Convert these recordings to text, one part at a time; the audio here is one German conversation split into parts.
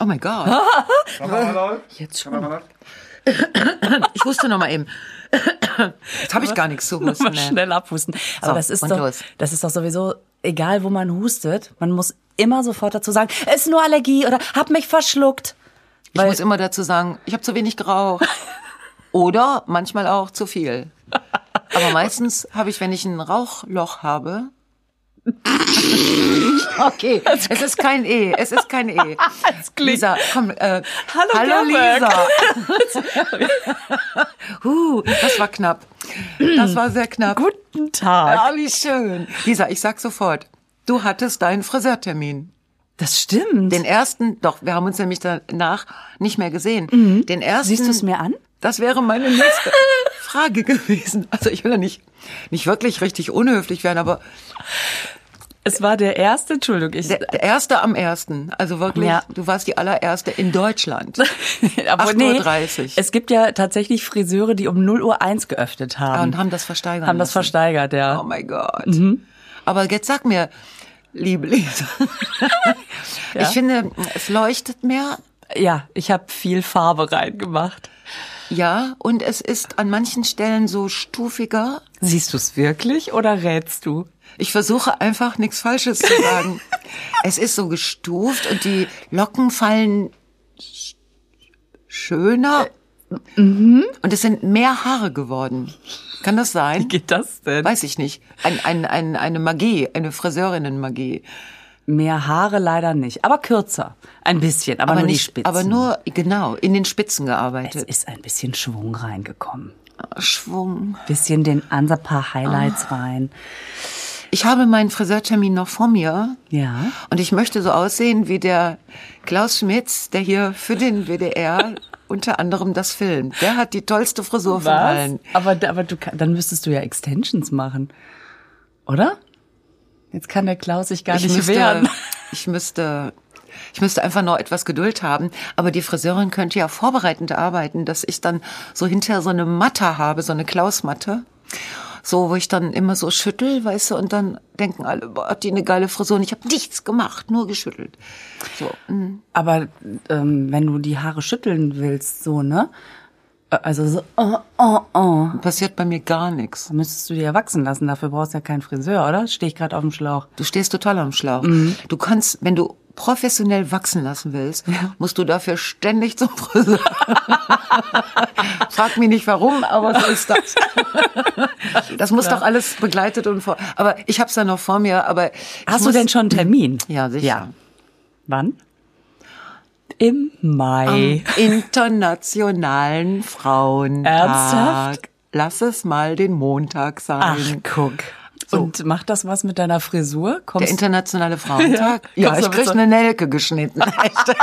Oh mein Gott. Kamera läuft. Jetzt schon. Kamera läuft. Ich wusste noch mal eben. Jetzt habe ich gar nichts zu husten. Mal ne? schnell abhusten. Aber So, das ist und doch, los. das ist doch sowieso egal, wo man hustet. Man muss immer sofort dazu sagen, ist nur Allergie oder hab mich verschluckt. Ich muss immer dazu sagen, ich habe zu wenig geraucht. Oder manchmal auch zu viel. Aber meistens habe ich, wenn ich ein Rauchloch habe. Okay, es ist kein E, es ist kein E. Lisa, komm, äh, Hallo, hallo Gerberg. Lisa. huh, das war knapp. Das war sehr knapp. Guten Tag. Ah, wie schön. Lisa, ich sag sofort, du hattest deinen Friseurtermin. Das stimmt. Den ersten, doch, wir haben uns nämlich danach nicht mehr gesehen. Den ersten. Mhm. Siehst du es mir an? Das wäre meine nächste Frage gewesen. Also ich will ja nicht, nicht wirklich richtig unhöflich werden, aber es war der erste, Entschuldigung, ich, der, der erste am ersten. Also wirklich, Ja. du warst die allererste in Deutschland. aber nee, 8:30 Uhr. es gibt ja tatsächlich Friseure, die um 0 Uhr 1 geöffnet Ja, haben. Ah, und haben das versteigert. haben das versteigert, Mhm. ja. Oh mein Gott. Aber jetzt sag mir, liebe Lisa, ich finde, es leuchtet mehr, Ja, ich habe viel Farbe reingemacht. ja, und es ist an manchen Stellen so stufiger. Siehst du es wirklich oder rätst du? Ich versuche einfach nichts Falsches zu sagen. es ist so gestuft und die Locken fallen sch- schöner. Äh, mhm. Und es sind mehr Haare geworden. Kann das sein? Geht das denn? Weiß ich nicht. Ein, ein, ein, eine Magie, eine Friseurinnen-Magie. Mehr Haare leider nicht, aber kürzer. Ein bisschen, aber, nur die Spitzen. aber nur, genau, in den Spitzen es gearbeitet. ist ein bisschen Schwung reingekommen. Schwung. Bisschen den Ansa paar Highlights Ah. rein. Ich habe meinen Friseurtermin noch vor mir. Ja. Und ich möchte so aussehen wie der Klaus Schmitz, der hier für den WDR unter anderem das filmt. Der hat die tollste Frisur von allen. Aber, da- aber du, kann- dann müsstest du ja Extensions machen. Oder? Jetzt kann der Klaus sich gar nicht wehren. ich müsste, ich müsste einfach noch etwas Geduld haben. Aber die Friseurin könnte ja vorbereitend arbeiten, dass ich dann so hinterher so eine Matte habe, so eine Klaus-Matte. So, wo ich dann immer so schüttel, weißt du, und dann denken alle, boah, hat die eine geile Frisur. Und ich habe nichts gemacht, nur geschüttelt. So, mm. Aber ähm, wenn du die Haare schütteln willst, so, ne? Äh, Also so, oh, oh, oh. passiert bei mir gar nichts. Dann müsstest du dir ja wachsen lassen. Dafür brauchst du ja keinen Friseur, oder? Stehe ich gerade auf dem Schlauch. Du stehst total am Schlauch. Mhm. Du kannst, wenn du professionell wachsen lassen willst, musst du dafür ständig zum Friseur. Frag mich nicht warum, aber so ist das. das muss doch alles begleitet und vor. Aber ich hab's ja noch vor mir. Aber ich Hast du muss- denn schon einen Termin? Ja, sicher. Ja. Wann? Im Mai. Internationalen Frauentag. Ernsthaft? Lass es mal den Montag Ach, sein. guck. Und macht das was mit deiner Frisur? Der Kommst, internationale Frauentag? Ja, Ja, kommst ich du mit krieg so- eine Nelke geschnitten. Echt?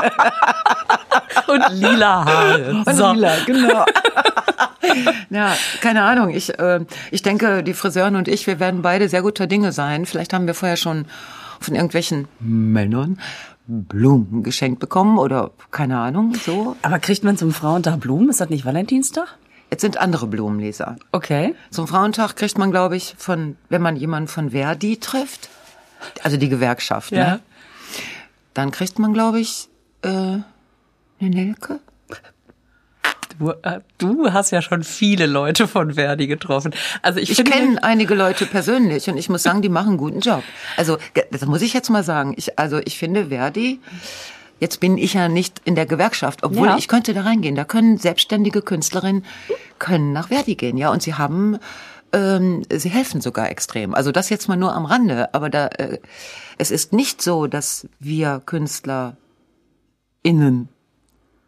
und lila Haare. Und So. lila, genau. ja, keine Ahnung. Ich, äh, ich denke, die Friseurin und ich, wir werden beide sehr guter Dinge sein. Vielleicht haben wir vorher schon von irgendwelchen Männern Blumen geschenkt bekommen oder keine Ahnung, so. Aber kriegt man zum Frauentag Blumen? Ist das nicht Valentinstag? Jetzt sind andere Blumenleser. Okay. Zum Frauentag kriegt man, glaube ich, von, wenn man jemanden von Verdi trifft, also die Gewerkschaft, ne? dann kriegt man, glaube ich, äh, eine Nelke. Du, äh, du hast ja schon viele Leute von Verdi getroffen. Also ich, Ich finde, kenne einige Leute persönlich und ich muss sagen, die machen einen guten Job. Also, ge- das muss ich jetzt mal sagen. Ich, also, ich finde Verdi, jetzt bin ich ja nicht in der Gewerkschaft, obwohl Ja. ich könnte da reingehen. Da können selbstständige Künstlerinnen können nach Verdi gehen, ja. Und sie haben, ähm, sie helfen sogar extrem. Also, das jetzt mal nur am Rande. Aber da, äh, es ist nicht so, dass wir KünstlerInnen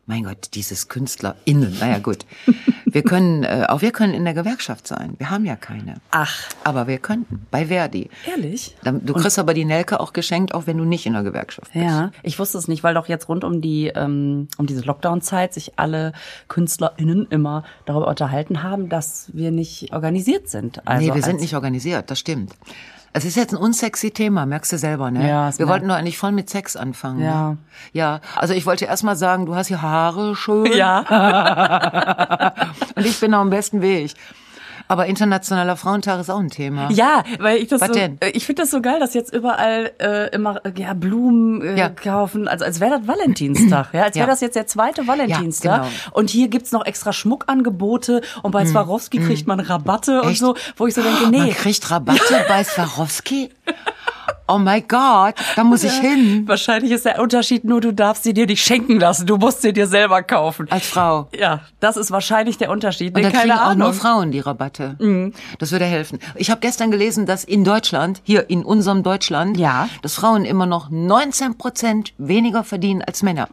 mein Gott, dieses KünstlerInnen, naja gut. Wir können, äh, auch wir können in der Gewerkschaft sein. Wir haben ja keine. Ach, Aber wir könnten, bei Verdi. ehrlich? Dann- Du kriegst aber die Nelke auch geschenkt, auch wenn du nicht in der Gewerkschaft bist. Ja, ich wusste es nicht, weil doch jetzt rund um die ähm, um diese Lockdown-Zeit sich alle KünstlerInnen immer darüber unterhalten haben, dass wir nicht organisiert sind. Also nee, wir sind als- nicht organisiert, das stimmt. Es ist jetzt ein unsexy Thema, merkst du selber, ne? Ja, ist wir mir- wollten doch eigentlich voll mit Sex anfangen. Ja. Ne? Ja, also ich wollte erst mal sagen, du hast hier Haare schön Ja, und ich bin auf dem besten Weg. Aber Internationaler Frauentag ist auch ein Thema. Ja, weil ich das Was so, denn? äh, ich finde das so geil, dass jetzt überall äh, immer äh, ja, Blumen äh, Ja. kaufen, also als wäre das Valentinstag, ja, als wäre Ja. das jetzt der zweite Valentinstag. genau. Mhm. Und hier gibt's noch extra Schmuckangebote und bei Swarovski kriegt man Rabatte und Echt? so, wo ich so denke, Man nee. kriegt Rabatte bei Swarovski? Oh my God, da muss ich hin. äh, Wahrscheinlich ist der Unterschied nur, du darfst sie dir nicht schenken lassen, du musst sie dir selber kaufen. Als Frau. Ja, das ist wahrscheinlich der Unterschied. Und da Nee, kriegen keine auch nur Ahnung. Mhm. Frauen die Rabatte. Das würde helfen. Ich habe gestern gelesen, dass in Deutschland, hier in unserem Deutschland, Ja. dass Frauen immer noch 19 Prozent weniger verdienen als Männer.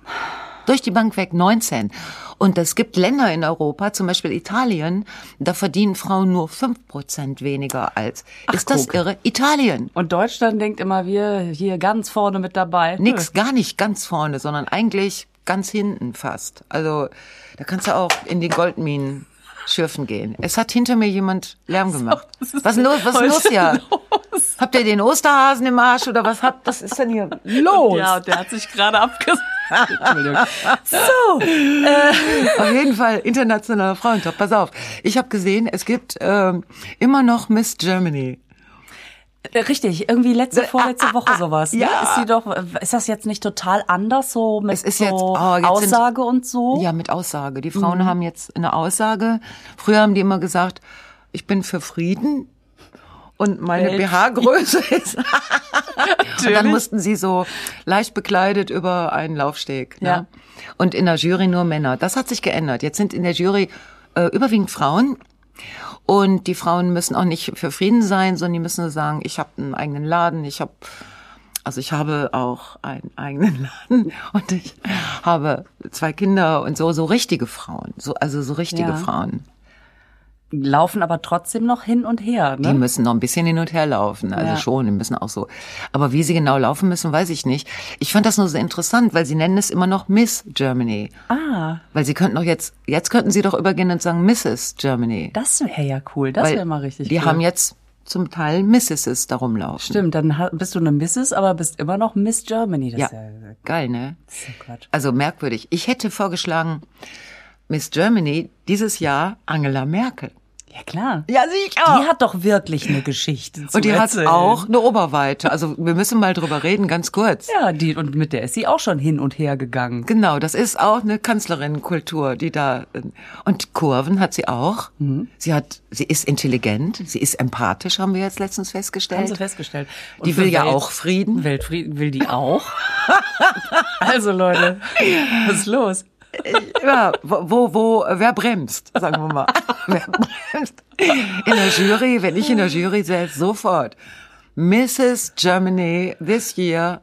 Durch die Bank weg 19. Und es gibt Länder in Europa, zum Beispiel Italien, da verdienen Frauen nur 5 Prozent weniger als. ist das guck. irre? Italien. Und Deutschland denkt immer, wir hier ganz vorne mit dabei. Nix, gar nicht ganz vorne, sondern eigentlich ganz hinten fast. Also da kannst du auch in die Goldminen schürfen gehen. Es hat hinter mir jemand Lärm gemacht. Was ist los? Was ist los hier? los? Habt ihr den Osterhasen im Arsch oder was habt? Was ist denn hier los? Ja, und der hat sich gerade abges... Entschuldigung. So. Auf jeden Fall internationaler Frauentag. Pass auf, ich habe gesehen, es gibt ähm, immer noch Miss Germany. Äh, Richtig, irgendwie letzte, Äh, vorletzte Woche sowas. Ne? ah, ja. Ist sie doch, ist das jetzt nicht total anders, so mit Es ist so jetzt- oh, jetzt sind- Aussage und so? Mhm. Ja, mit Aussage. Die Frauen haben jetzt eine Aussage. Früher haben die immer gesagt, ich bin für Frieden und meine Welt- BH-Größe ist. und dann Natürlich. mussten sie so leicht bekleidet über einen Laufsteg. Ne? Ja. Und in der Jury nur Männer. Das hat sich geändert. Jetzt sind in der Jury äh, überwiegend Frauen. Und die Frauen müssen auch nicht für Frieden sein, sondern die müssen sagen, ich habe einen eigenen Laden, ich habe also ich habe auch einen eigenen Laden und ich habe zwei Kinder und so so richtige Frauen, so also so richtige Ja. Frauen. Laufen aber trotzdem noch hin und her, Die ne? müssen noch ein bisschen hin und her laufen, also Ja. schon, die müssen auch so. Aber wie sie genau laufen müssen, weiß ich nicht. Ich fand das nur so interessant, weil sie nennen es immer noch Miss Germany, Ah, weil sie könnten doch jetzt jetzt könnten sie doch übergehen und sagen Mrs. Germany, das wäre ja cool. Das weil wäre mal richtig Die cool. haben jetzt zum Teil Mrs. darum laufen. Stimmt, dann ha- bist du eine Mrs., aber bist immer noch Miss Germany. Das Ja. ist ja Geil, ne? das ist ja Quatsch. Also merkwürdig. Ich hätte vorgeschlagen, Miss Germany dieses Jahr Angela Merkel. Ja, klar. Ja, sicher. Die hat doch wirklich eine Geschichte zu Und die hat erzählen. auch eine Oberweite. Also wir müssen mal drüber reden, ganz kurz. Ja, die, und mit der ist sie auch schon hin und her gegangen. Genau, das ist auch eine Kanzlerinnenkultur, die da und Kurven hat sie auch. Sie hat, sie ist intelligent, sie ist empathisch, haben wir jetzt letztens Haben sie festgestellt. festgestellt. Und Die für will ja auch Frieden. Weltfrieden will die auch. also Leute, was ist los? Äh, Ja, wo, wo, wo, äh, wer bremst, sagen wir mal. wer bremst? In der Jury, wenn ich in der Jury säß, sofort. Mrs. Germany this year,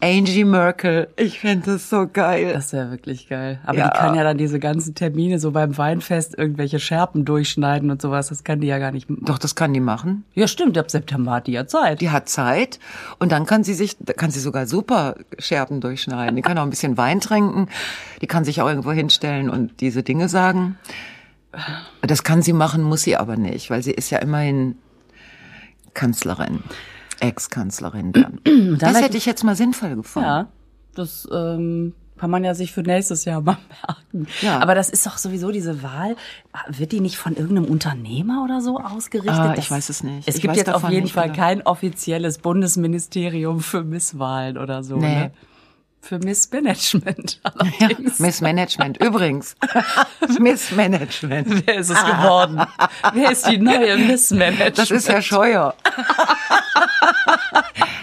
Angie Merkel. Ich finde das so geil. Das wäre wirklich geil. Aber Ja. die kann ja dann diese ganzen Termine so beim Weinfest irgendwelche Scherpen durchschneiden und sowas. Das kann die ja gar nicht. m- Doch, das kann die machen. Ja, stimmt, ab September hat die ja Zeit. Die hat Zeit und dann kann sie sich, da kann sie sogar super Scherben durchschneiden. Die kann auch ein bisschen Wein trinken. Die kann sich auch irgendwo hinstellen und diese Dinge sagen. Das kann sie machen, muss sie aber nicht, weil sie ist ja immerhin Kanzlerin, Ex-Kanzlerin dann. Das hätte ich jetzt mal sinnvoll gefunden. Ja, das ähm, kann man ja sich für nächstes Jahr mal merken. Ja. Aber das ist doch sowieso diese Wahl. Wird die nicht von irgendeinem Unternehmer oder so ausgerichtet? Ah, ich Das- weiß es nicht. Es Ich gibt weiß jetzt auf davon jeden nicht Fall genau. kein offizielles Bundesministerium für Misswahlen oder so. Nee. Ne? Für Missmanagement. Ja, allerdings. Missmanagement. Übrigens, Missmanagement. Wer ist es geworden? Wer ist die neue Missmanagement? Das ist Herr Scheuer.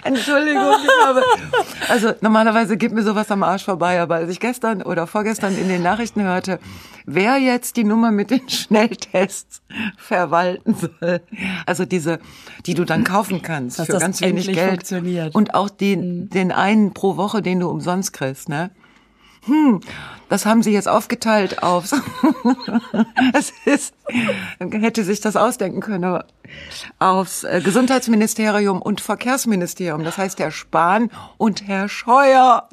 Entschuldigung, ich habe. Also normalerweise geht mir sowas am Arsch vorbei, aber als ich gestern oder vorgestern in den Nachrichten hörte, wer jetzt die Nummer mit den Schnelltests verwalten soll, also diese, die du dann kaufen kannst Dass für das ganz wenig endlich Geld funktioniert. Mhm. und auch den, den einen pro Woche, den du umsonst kriegst, ne? Das haben sie jetzt aufgeteilt auf. Es ist, hätte sich das ausdenken können, aber aufs äh, Gesundheitsministerium und Verkehrsministerium. Das heißt Herr Spahn und Herr Scheuer.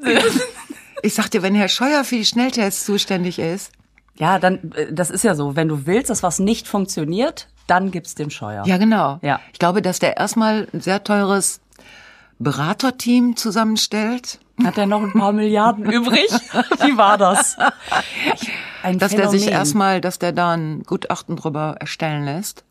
Ich sag dir, wenn Herr Scheuer für die Schnelltests zuständig ist, ja, dann, äh, das ist ja so. Wenn du willst, dass was nicht funktioniert, dann gib's dem Scheuer. ja genau. Ja. Ich glaube, dass der erstmal ein sehr teures Beraterteam zusammenstellt. Hat er noch ein paar Milliarden übrig? Wie war das? Ein Dass der sich Phänomen. erstmal, dass der da ein Gutachten drüber erstellen lässt.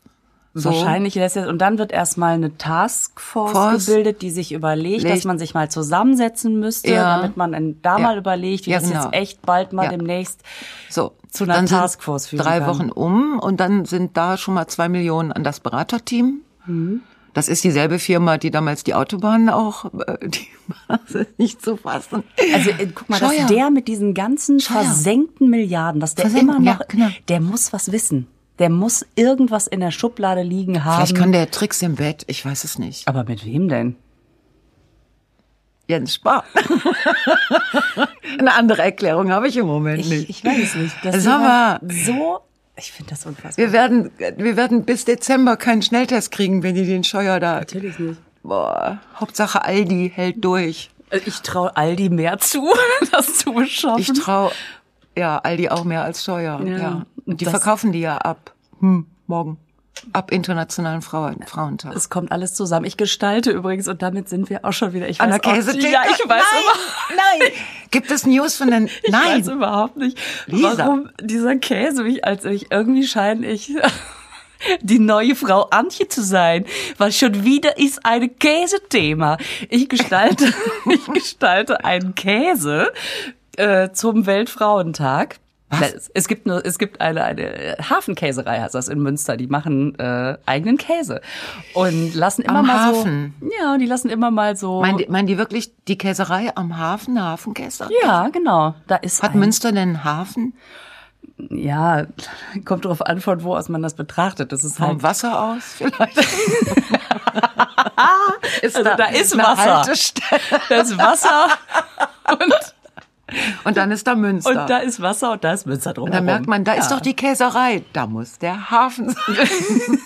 So. Wahrscheinlich lässt er, und dann wird erstmal eine Taskforce Force. gebildet, die sich überlegt, Legt- dass man sich mal zusammensetzen müsste, Ja. damit man ein- da Ja. mal überlegt, wie Ja, das genau. jetzt echt bald mal Ja. demnächst So, Zu einer dann sind Taskforce führen drei kann. Wochen um und dann sind da schon mal zwei Millionen an das Beraterteam. Mhm. Das ist dieselbe Firma, die damals die Autobahnen auch, äh, die Maße nicht zu fassen. Also äh, guck mal, Scheuer. dass der mit diesen ganzen Scheuer. versenkten Milliarden, dass der Versenken, immer noch, ja, genau. der muss was wissen. Der muss irgendwas in der Schublade liegen haben. Vielleicht kann der Tricks im Bett, ich weiß es nicht. Aber mit wem denn? Jens Spahn. Eine andere Erklärung habe ich im Moment Ich, nicht. ich weiß es nicht. Dass Sag mal. jemand So, ich finde das unfassbar. Wir werden, wir werden bis Dezember keinen Schnelltest kriegen, wenn die den Scheuer da. Natürlich nicht. Boah, Hauptsache Aldi hält durch. Also Ich traue Aldi mehr zu, das zu beschaffen. Ich trau ja Aldi auch mehr als Scheuer. Ja. Ja, Und und die das- verkaufen die ja ab. Hm, morgen. Ab Internationalen Frauen, Frauentag. es kommt alles zusammen. Ich gestalte übrigens und damit sind wir auch schon wieder. Ich An weiß der Käsetheke? Auch, ja, ich weiß nein, nein. Gibt es News von den? Ich Nein. weiß überhaupt nicht, Lisa. warum dieser Käse mich als ich irgendwie scheine ich die neue Frau Antje zu sein, weil schon wieder ist ein Käsethema. Ich gestalte, ich gestalte einen Käse äh, zum Weltfrauentag. Das, es gibt nur, es gibt eine, eine Hafenkäserei, heißt das in Münster. Die machen äh, eigenen Käse und lassen immer Am mal Hafen? so. Ja, die lassen immer mal so. Meinen die, meinen die wirklich die Käserei am Hafen, eine Hafenkäse? ja, genau. Da ist Hat ein Münster denn einen Hafen? Ja, kommt drauf an, von wo aus man das betrachtet. Das ist Vom halt, Wasser aus vielleicht? ist Also da ist eine Wasser. Haltestelle. das Wasser und, Und dann ist da Münster. und da ist Wasser und da ist Münster drumherum. Da merkt man, da ist Ja. doch die Käserei. Da muss der Hafen sein.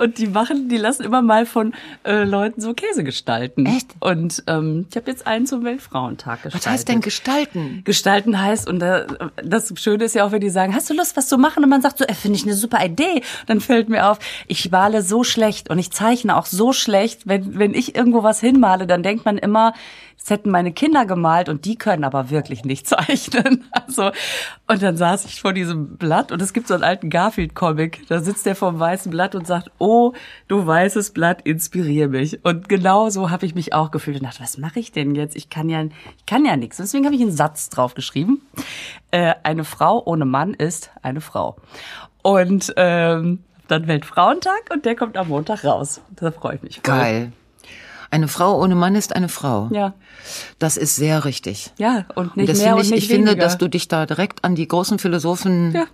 Und die machen, die lassen immer mal von äh, Leuten so Käse gestalten. Echt? Und ähm, ich habe jetzt einen zum Weltfrauentag gestaltet. Was heißt denn gestalten? Gestalten heißt, und da, das Schöne ist ja auch, wenn die sagen, hast du Lust, was zu machen? Und man sagt so, äh, finde ich eine super Idee. Dann fällt mir auf, ich male so schlecht und ich zeichne auch so schlecht. Wenn, wenn ich irgendwo was hinmale, dann denkt man immer, das hätten meine Kinder gemalt und die können aber wirklich nicht zeichnen. Also, und dann saß ich vor diesem Blatt und es gibt so einen alten Garfield-Comic. Da sitzt der vom weißen Blatt und sagt, oh, du weißes Blatt, inspirier mich. Und genau so habe ich mich auch gefühlt und dachte, was mache ich denn jetzt? Ich kann ja, ich kann ja nichts. Deswegen habe ich einen Satz draufgeschrieben. Äh, eine Frau ohne Mann ist eine Frau. Und ähm, dann Weltfrauentag und der kommt am Montag raus. Da freue ich mich. voll. Geil. Eine Frau ohne Mann ist eine Frau. Ja, Das ist sehr richtig. ja und Und nicht das mehr finde und ich, nicht ich finde, weniger. dass du dich da direkt an die großen Philosophen Ja.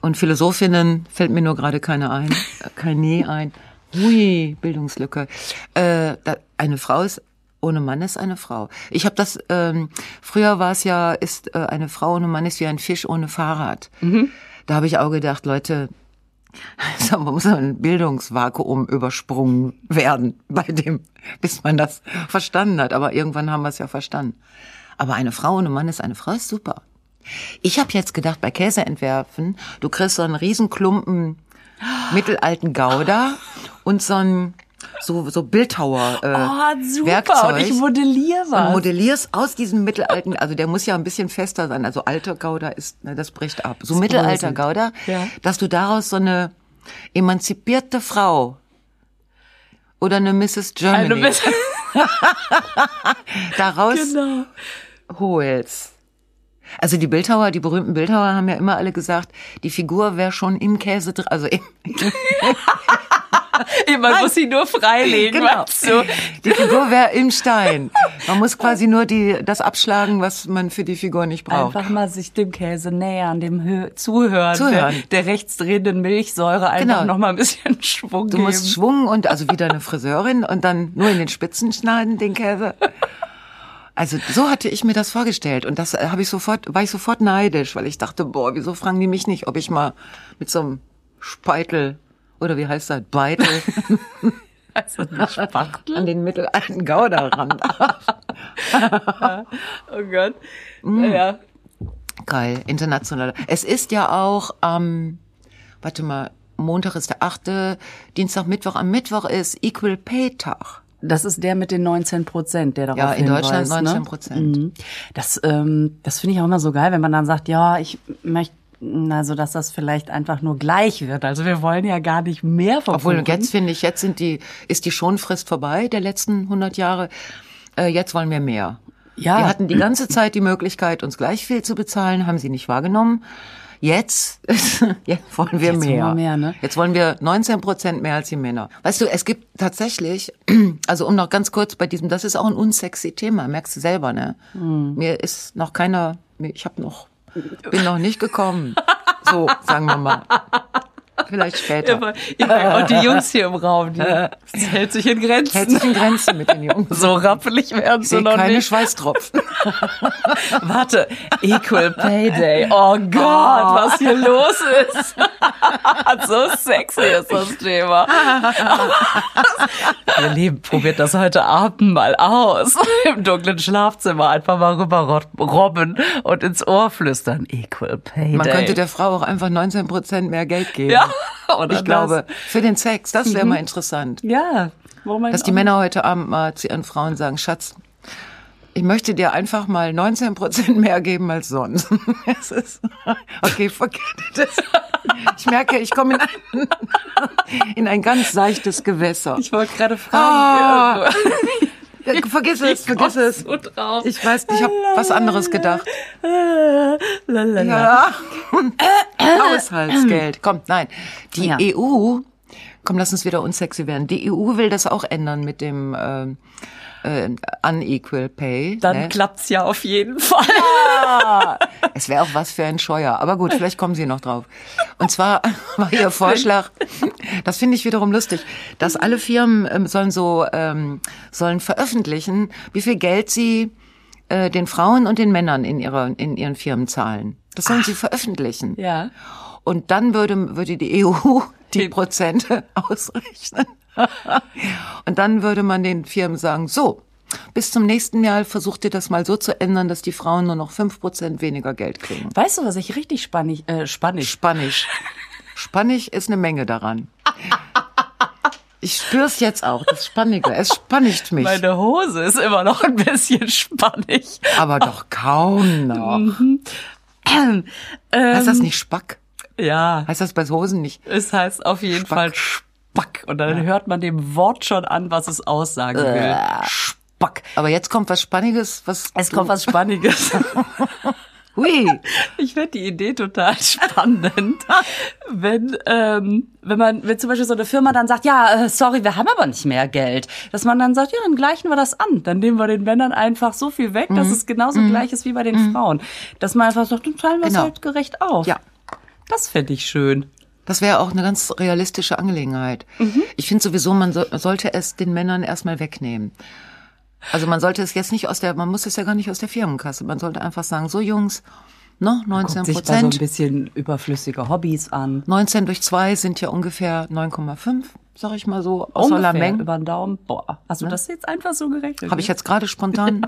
und Philosophinnen, fällt mir nur gerade keine ein, äh, keine ein. Hui, Bildungslücke. Äh, da, eine Frau ist ohne Mann ist eine Frau. Ich habe das ähm, früher war es ja ist äh, eine Frau ohne Mann ist wie ein Fisch ohne Fahrrad. Mhm. Da habe ich auch gedacht, Leute, da muss ein Bildungsvakuum übersprungen werden bei dem, bis man das verstanden hat. Aber irgendwann haben wir es ja verstanden. Aber eine Frau ohne Mann ist eine Frau, ist super. Ich habe jetzt gedacht, bei Käse entwerfen, du kriegst so einen Riesenklumpen mittelalten Gouda und so ein so, so Bildhauer äh, Oh, super. Werkzeug Und ich modelliere und was. modellierst aus diesem mittelalten, also der muss ja ein bisschen fester sein. Also alter Gouda ist, ne, das bricht ab. So mittelalter bröselt. Gouda, Ja. dass du daraus so eine emanzipierte Frau oder eine Mrs. Germany Eine Miss- daraus genau. holst. Also die Bildhauer, die berühmten Bildhauer haben ja immer alle gesagt, die Figur wäre schon im Käse drin, also im, Ey, Man muss sie nur freilegen, Genau. weißt du? die Figur wäre im Stein. Man muss quasi nur die, das abschlagen, was man für die Figur nicht braucht. Einfach mal sich dem Käse nähern, dem Hö Zuhören, Zuhören. Der, der rechts drehenden Milchsäure einfach Genau. noch mal ein bisschen Schwung Du geben. musst Schwung und also wieder eine Friseurin und dann nur in den Spitzen schneiden den Käse. Also so hatte ich mir das vorgestellt und das äh, habe ich sofort war ich sofort neidisch, weil ich dachte, boah, wieso fragen die mich nicht, ob ich mal mit so einem Speitel oder wie heißt das Beitel also eine Spachtel. an den mittelalten Gouda ran. Oh Gott. Ja. Geil, international. Es ist ja auch am warte mal, Montag ist der 8., Dienstag, Mittwoch, am Mittwoch ist Equal Pay Tag. Das ist der mit den 19 Prozent, der darauf Ja, in hinweist, Deutschland ne? 19%. Mhm. Das, ähm, das finde ich auch immer so geil, wenn man dann sagt, ja, ich möchte na, so dass das vielleicht einfach nur gleich wird. Also wir wollen ja gar nicht mehr vom Obwohl Kuchen. jetzt finde ich, jetzt sind die, ist die Schonfrist vorbei der letzten 100 Jahre. Äh, jetzt wollen wir mehr. Ja. Wir hatten die ganze Zeit die Möglichkeit, uns gleich viel zu bezahlen, haben sie nicht wahrgenommen. Jetzt, jetzt wollen wir Jetzt wollen mehr. wir mehr, ne? Jetzt wollen wir 19 Prozent mehr als die Männer. Weißt du, es gibt tatsächlich, also um noch ganz kurz bei diesem, das ist auch ein unsexy Thema, merkst du selber, ne? Hm. Mir ist noch keiner, ich habe noch, bin noch nicht gekommen. So, sagen wir mal. Vielleicht später. Aber, ja, und die Jungs hier im Raum, die das hält sich in Grenzen. Hält sich in Grenzen mit den Jungs. so rappelig werden Ich sie sehe noch keine nicht. Schweißtropfen. Warte, Equal Pay Day. Oh Gott, was hier los ist. so sexy ist das Thema. Ihr Lieben, probiert das heute Abend mal aus. Im dunklen Schlafzimmer einfach mal rüber robben und ins Ohr flüstern. Equal Pay Day. Man könnte der Frau auch einfach 19 Prozent mehr Geld geben. ja, oder ich das. Mhm. glaube, für den Sex, das wäre mal interessant. Ja. genau. Moment. Dass die Männer heute Abend mal zu ihren Frauen sagen, Schatz, ich möchte dir einfach mal 19 Prozent mehr geben als sonst. Es ist, okay, forget it. Ich merke, ich komme in ein, in ein ganz seichtes Gewässer. Ich wollte gerade fragen. Ah. Vergiss es, vergiss es. Oh, So drauf. Ich weiß nicht, ich habe was anderes gedacht. Lalala. Ja. Haushaltsgeld. Komm, nein. Die Ja. EU, komm, lass uns wieder unsexy werden. Die EU will das auch ändern mit dem ähm, äh, Unequal Pay. Dann ne? klappt's ja auf jeden Fall. Es wäre auch was für ein Scheuer. Aber gut, vielleicht kommen Sie noch drauf. Und zwar war Ihr Vorschlag, das finde ich wiederum lustig, dass alle Firmen ähm, sollen so ähm, sollen veröffentlichen, wie viel Geld sie äh, den Frauen und den Männern in ihrer in ihren Firmen zahlen. Das sollen sie veröffentlichen. Ja. Und dann würde, würde die EU die Den- Prozente ausrechnen. Und dann würde man den Firmen sagen, so, bis zum nächsten Jahr versucht ihr das mal so zu ändern, dass die Frauen nur noch 5% weniger Geld kriegen. Weißt du, was ich richtig spannig, äh, spanisch. Spanisch. Spanisch ist eine Menge daran. Ich spür's jetzt auch, das Spannige. Es spannigt mich. Meine Hose ist immer noch ein bisschen spannig. Aber doch kaum noch. Ähm, Heißt das nicht Spack? ja, Heißt das bei Hosen nicht? es heißt auf jeden Spack. Fall Spack. Und dann hört man dem Wort schon an, was es aussagen will. Spack. Aber jetzt kommt was Spanniges, was. Es kommt was Spanniges. Hui! Ich finde die Idee total spannend, wenn ähm, wenn man wenn zum Beispiel so eine Firma dann sagt, ja äh, sorry, wir haben aber nicht mehr Geld, dass man dann sagt, ja dann gleichen wir das an, dann nehmen wir den Männern einfach so viel weg, dass Mhm. es genauso gleich ist wie bei den Frauen, dass man einfach sagt, dann teilen wir es Genau. halt gerecht auf. Ja. das fände ich schön. Das wäre auch eine ganz realistische Angelegenheit. Mhm. Ich finde sowieso, man so, sollte es den Männern erstmal wegnehmen. Also man sollte es jetzt nicht aus der, man muss es ja gar nicht aus der Firmenkasse. Man sollte einfach sagen, so Jungs, ne, 19 Guckt sich da so ein Prozent, bisschen überflüssige Hobbys an. 19 durch 2 sind ja ungefähr 9,5, sag ich mal so, aus aller Ungefähr Menge. über den Daumen. Boah, hast du das jetzt einfach so gerechnet? Habe Ne? ich jetzt gerade spontan,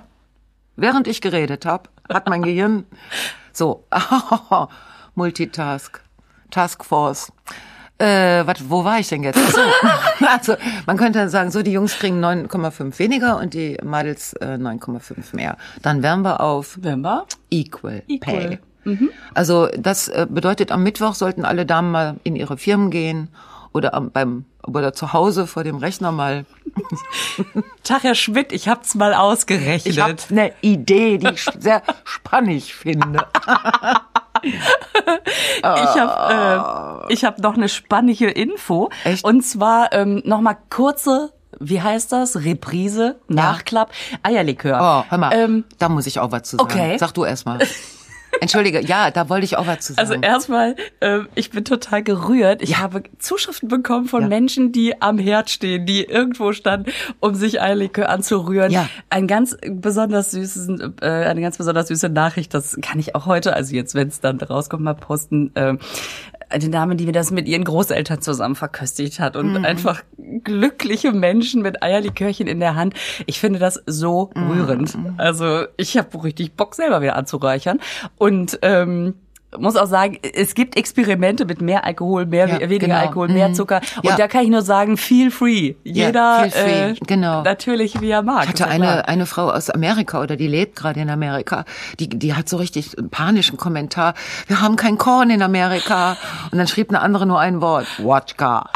während ich geredet habe, hat mein Gehirn so Multitask, Taskforce. Äh, wat, wo war ich denn jetzt? Ach so. also man könnte dann sagen, so die Jungs kriegen 9,5 weniger und die Mädels äh, 9,5 mehr. Dann wären wir auf Wenn wir? Equal, Equal. Pay. Also das äh, bedeutet, am Mittwoch sollten alle Damen mal in ihre Firmen gehen oder am, beim oder zu Hause vor dem Rechner mal Tag, Herr Schmidt, ich hab's mal ausgerechnet. Ich habe eine Idee, die ich sehr spannend finde. Ich habe äh, ich hab noch eine spannige Info. Ah. Echt? Und zwar ähm, nochmal kurze, wie heißt das? Reprise, Nachklapp, Eierlikör. Oh, hör mal, Ähm, da muss ich auch was zu sagen. okay. Sag du erst mal. Entschuldige, ja, da wollte ich auch was zu sagen. also erstmal, ähm, ich bin total gerührt. Ich habe Zuschriften bekommen von Ja. Menschen, die am Herd stehen, die irgendwo standen, um sich Eierlikör anzurühren. Ja. Ein ganz besonders süßes, äh, eine ganz besonders süße Nachricht, das kann ich auch heute, also jetzt, wenn es dann rauskommt, mal posten. Äh, eine Dame, die mir das mit ihren Großeltern zusammen verköstigt hat Mhm. und einfach glückliche Menschen mit Eierlikörchen in der Hand. Ich finde das so Mhm. rührend. Also ich habe richtig Bock, selber wieder anzureichern. Und ähm, muss auch sagen, es gibt Experimente mit mehr Alkohol, mehr Ja, weniger genau. Alkohol, mehr Zucker. Und Ja. da kann ich nur sagen, feel free. Ja, feel Jeder free, Äh, genau. natürlich wie er mag. Ich hatte Ist ja klar. eine, eine Frau aus Amerika oder die lebt gerade in Amerika, die, die hat so richtig einen panischen Kommentar. Wir haben kein Korn in Amerika. Und dann schrieb eine andere nur ein Wort. Wodka.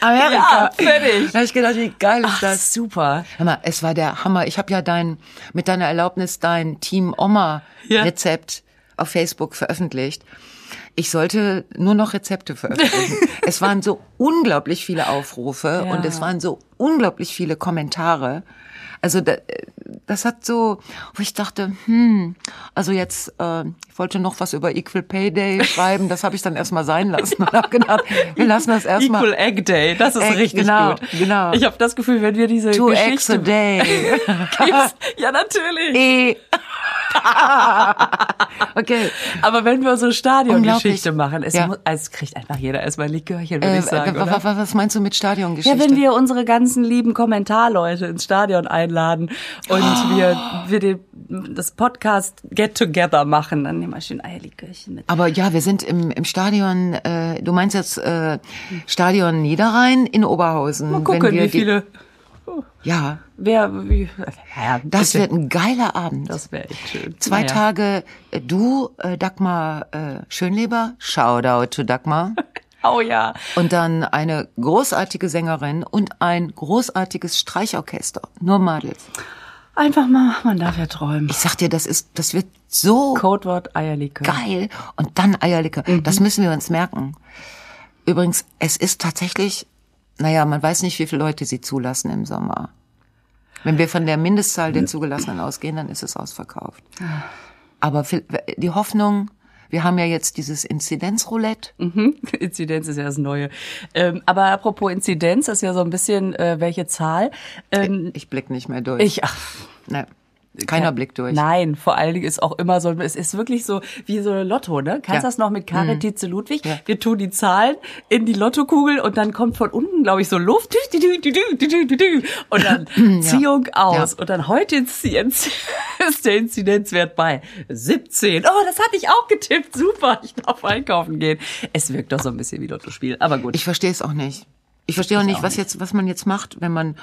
Amerika. Ja, fertig. Da habe ich gedacht, wie geil ist Ach, das? super. Hör mal, es war der Hammer. Ich habe ja dein, mit deiner Erlaubnis dein Team Ja. Oma-Rezept auf Facebook veröffentlicht. Ich sollte nur noch Rezepte veröffentlichen. es waren so unglaublich viele Aufrufe Ja. und es waren so unglaublich viele Kommentare. Also da, das hat so, wo ich dachte, hm, also jetzt, äh, ich wollte noch was über Equal Pay Day schreiben, das habe ich dann erstmal sein lassen und habe gedacht, wir lassen das erstmal. Equal Egg Day, das ist Egg, richtig genau, gut. genau. Ich habe das Gefühl, wenn wir diese Two eggs Geschichte a day. gibt's, ja natürlich. Eh. okay. Aber wenn wir so eine Stadiongeschichte machen, es, Ja. muss, also es kriegt einfach jeder erstmal ein Likörchen, würde Äh, ich sagen, wa- oder? wa- wa- was meinst du mit Stadiongeschichte? Ähm, Ja, wenn wir unsere ganzen lieben Kommentarleute ins Stadion einladen und wir, wir den, das Podcast Get Together machen, dann nehmen wir schön Eierlikörchen mit. aber ja, wir sind im, im Stadion, äh, du meinst jetzt äh, Stadion Niederrhein in Oberhausen. Mal gucken, wenn wir wie viele, Die, ja, wer, wie, naja, das bitte. wird ein geiler Abend. das wäre echt schön. Zwei Naja. Tage äh, du, äh, Dagmar äh, Schönleber, Shoutout to Dagmar. Oh ja. Und dann eine großartige Sängerin und ein großartiges Streichorchester. Nur Madels. Einfach mal, man darf ja träumen. Ich sag dir, das ist, das wird so Codewort Eierlikör. geil. Und dann Eierlicke. Das müssen wir uns merken. Übrigens, es ist tatsächlich, naja, man weiß nicht, wie viele Leute sie zulassen im Sommer. Wenn wir von der Mindestzahl der Zugelassenen ausgehen, dann ist es ausverkauft. Aber viel- die Hoffnung, wir haben ja jetzt dieses Inzidenzroulette. Mhm. Inzidenz ist ja das Neue. Ähm, aber apropos Inzidenz ist ja so ein bisschen, äh, welche Zahl. Ähm, Ich blick nicht mehr durch. ich, ach, nee, keiner blickt durch. Nein, vor allen Dingen ist auch immer so, es ist wirklich so wie so eine Lotto, ne? Kannst Ja. Mhm. das noch mit Karetize Ludwig? Wir tun die Zahlen in die Lottokugel und dann kommt von unten, glaube ich, so Luft dü, dü, dü, dü, dü, dü, dü, und dann Ziehung aus und dann heute ist die Inz- ist der Inzidenzwert bei 17. Oh, das hatte ich auch getippt. Super, ich darf einkaufen gehen. Es wirkt doch so ein bisschen wie Lottospiel, aber gut. Ich verstehe es auch nicht. Ich verstehe auch nicht, was jetzt, was man jetzt macht, wenn man,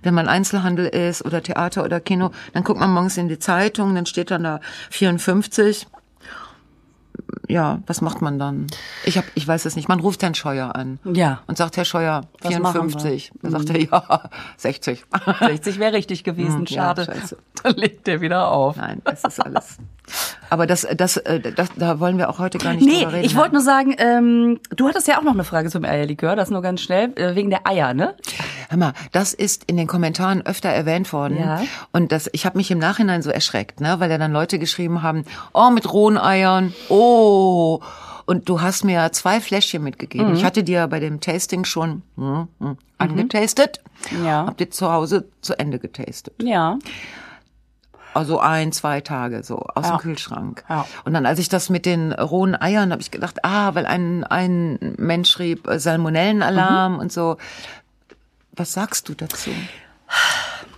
wenn man Einzelhandel ist oder Theater oder Kino, dann guckt man morgens in die Zeitung, dann steht dann da 54. Ja, was macht man dann? Ich hab, ich weiß es nicht. Man ruft Herrn Scheuer an. Ja. Und sagt, Herr Scheuer, Was machen Mhm. 54. Dann sagt er, ja, 60. 60 wäre richtig gewesen, Hm, ja, schade. scheiße. dann legt er wieder auf. Nein, das ist alles. Aber das, das, äh, das, da wollen wir auch heute gar nicht drüber Nee, reden. ich wollte nur sagen, ähm, du hattest ja auch noch eine Frage zum Eierlikör, das nur ganz schnell, äh, wegen der Eier, ne? Hör mal, das ist in den Kommentaren öfter erwähnt worden. Ja. Und das, ich habe mich im Nachhinein so erschreckt, ne? weil ja dann Leute geschrieben haben, oh, mit rohen Eiern, oh. Und du hast mir zwei Fläschchen mitgegeben. Mhm. Ich hatte dir ja bei dem Tasting schon hm, hm, angetastet. Ja. Hab dir zu Hause zu Ende getastet. Ja. Also ein, zwei Tage so aus Ja. dem Kühlschrank. Ja. Und dann, als ich das mit den rohen Eiern, habe ich gedacht, ah, weil ein, ein Mensch schrieb äh, Mhm. Salmonellenalarm und so. Was sagst du dazu?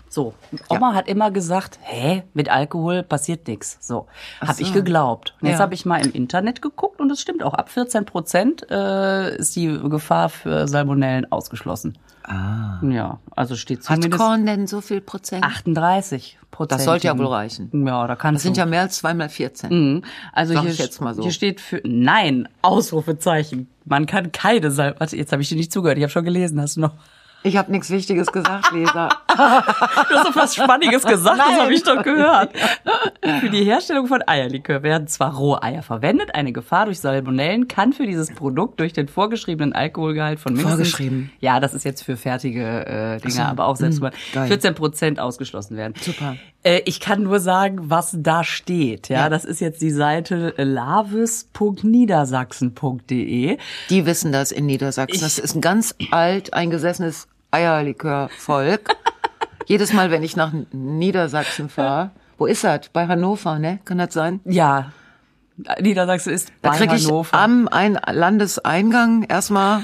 So, Oma hat immer gesagt, hä, mit Alkohol passiert nichts. So, habe ich geglaubt. Und jetzt Ja. habe ich mal im Internet geguckt und es stimmt auch, ab 14 Prozent äh, ist die Gefahr für Salmonellen ausgeschlossen. Ah. Ja, also steht Hat zumindest Korn denn so viel Prozent? 38 Prozent. Das sollte ja wohl reichen. Ja, da kannst Das sind du. ja mehr als zweimal 14. Mhm. Also Sag hier, ich jetzt mal so. hier steht für Nein, Ausrufezeichen. Man kann keine Salmonellen. Warte, jetzt habe ich dir nicht zugehört. Ich habe schon gelesen. Hast du noch? Ich habe nichts Wichtiges gesagt, Lisa. Du hast doch was Spanniges gesagt. Das Nein. habe ich doch gehört. Für die Herstellung von Eierlikör werden zwar rohe Eier verwendet. Eine Gefahr durch Salmonellen kann für dieses Produkt durch den vorgeschriebenen Alkoholgehalt von mindestens Vorgeschrieben. Hm, Ja, das ist jetzt für fertige äh, Dinger, aber auch selbst mal geil. 14 Prozent ausgeschlossen werden. Super. Äh, ich kann nur sagen, was da steht. Ja, Ja. das ist jetzt die Seite lavis.niedersachsen.de. Die wissen das in Niedersachsen. das ist ein ganz alt eingesessenes Eierlikörvolk. Jedes Mal, wenn ich nach Niedersachsen fahre, wo ist das? Bei Hannover, ne? Kann das sein? Ja, Niedersachsen ist Da bei kriege ich Hannover. am ein Landeseingang erstmal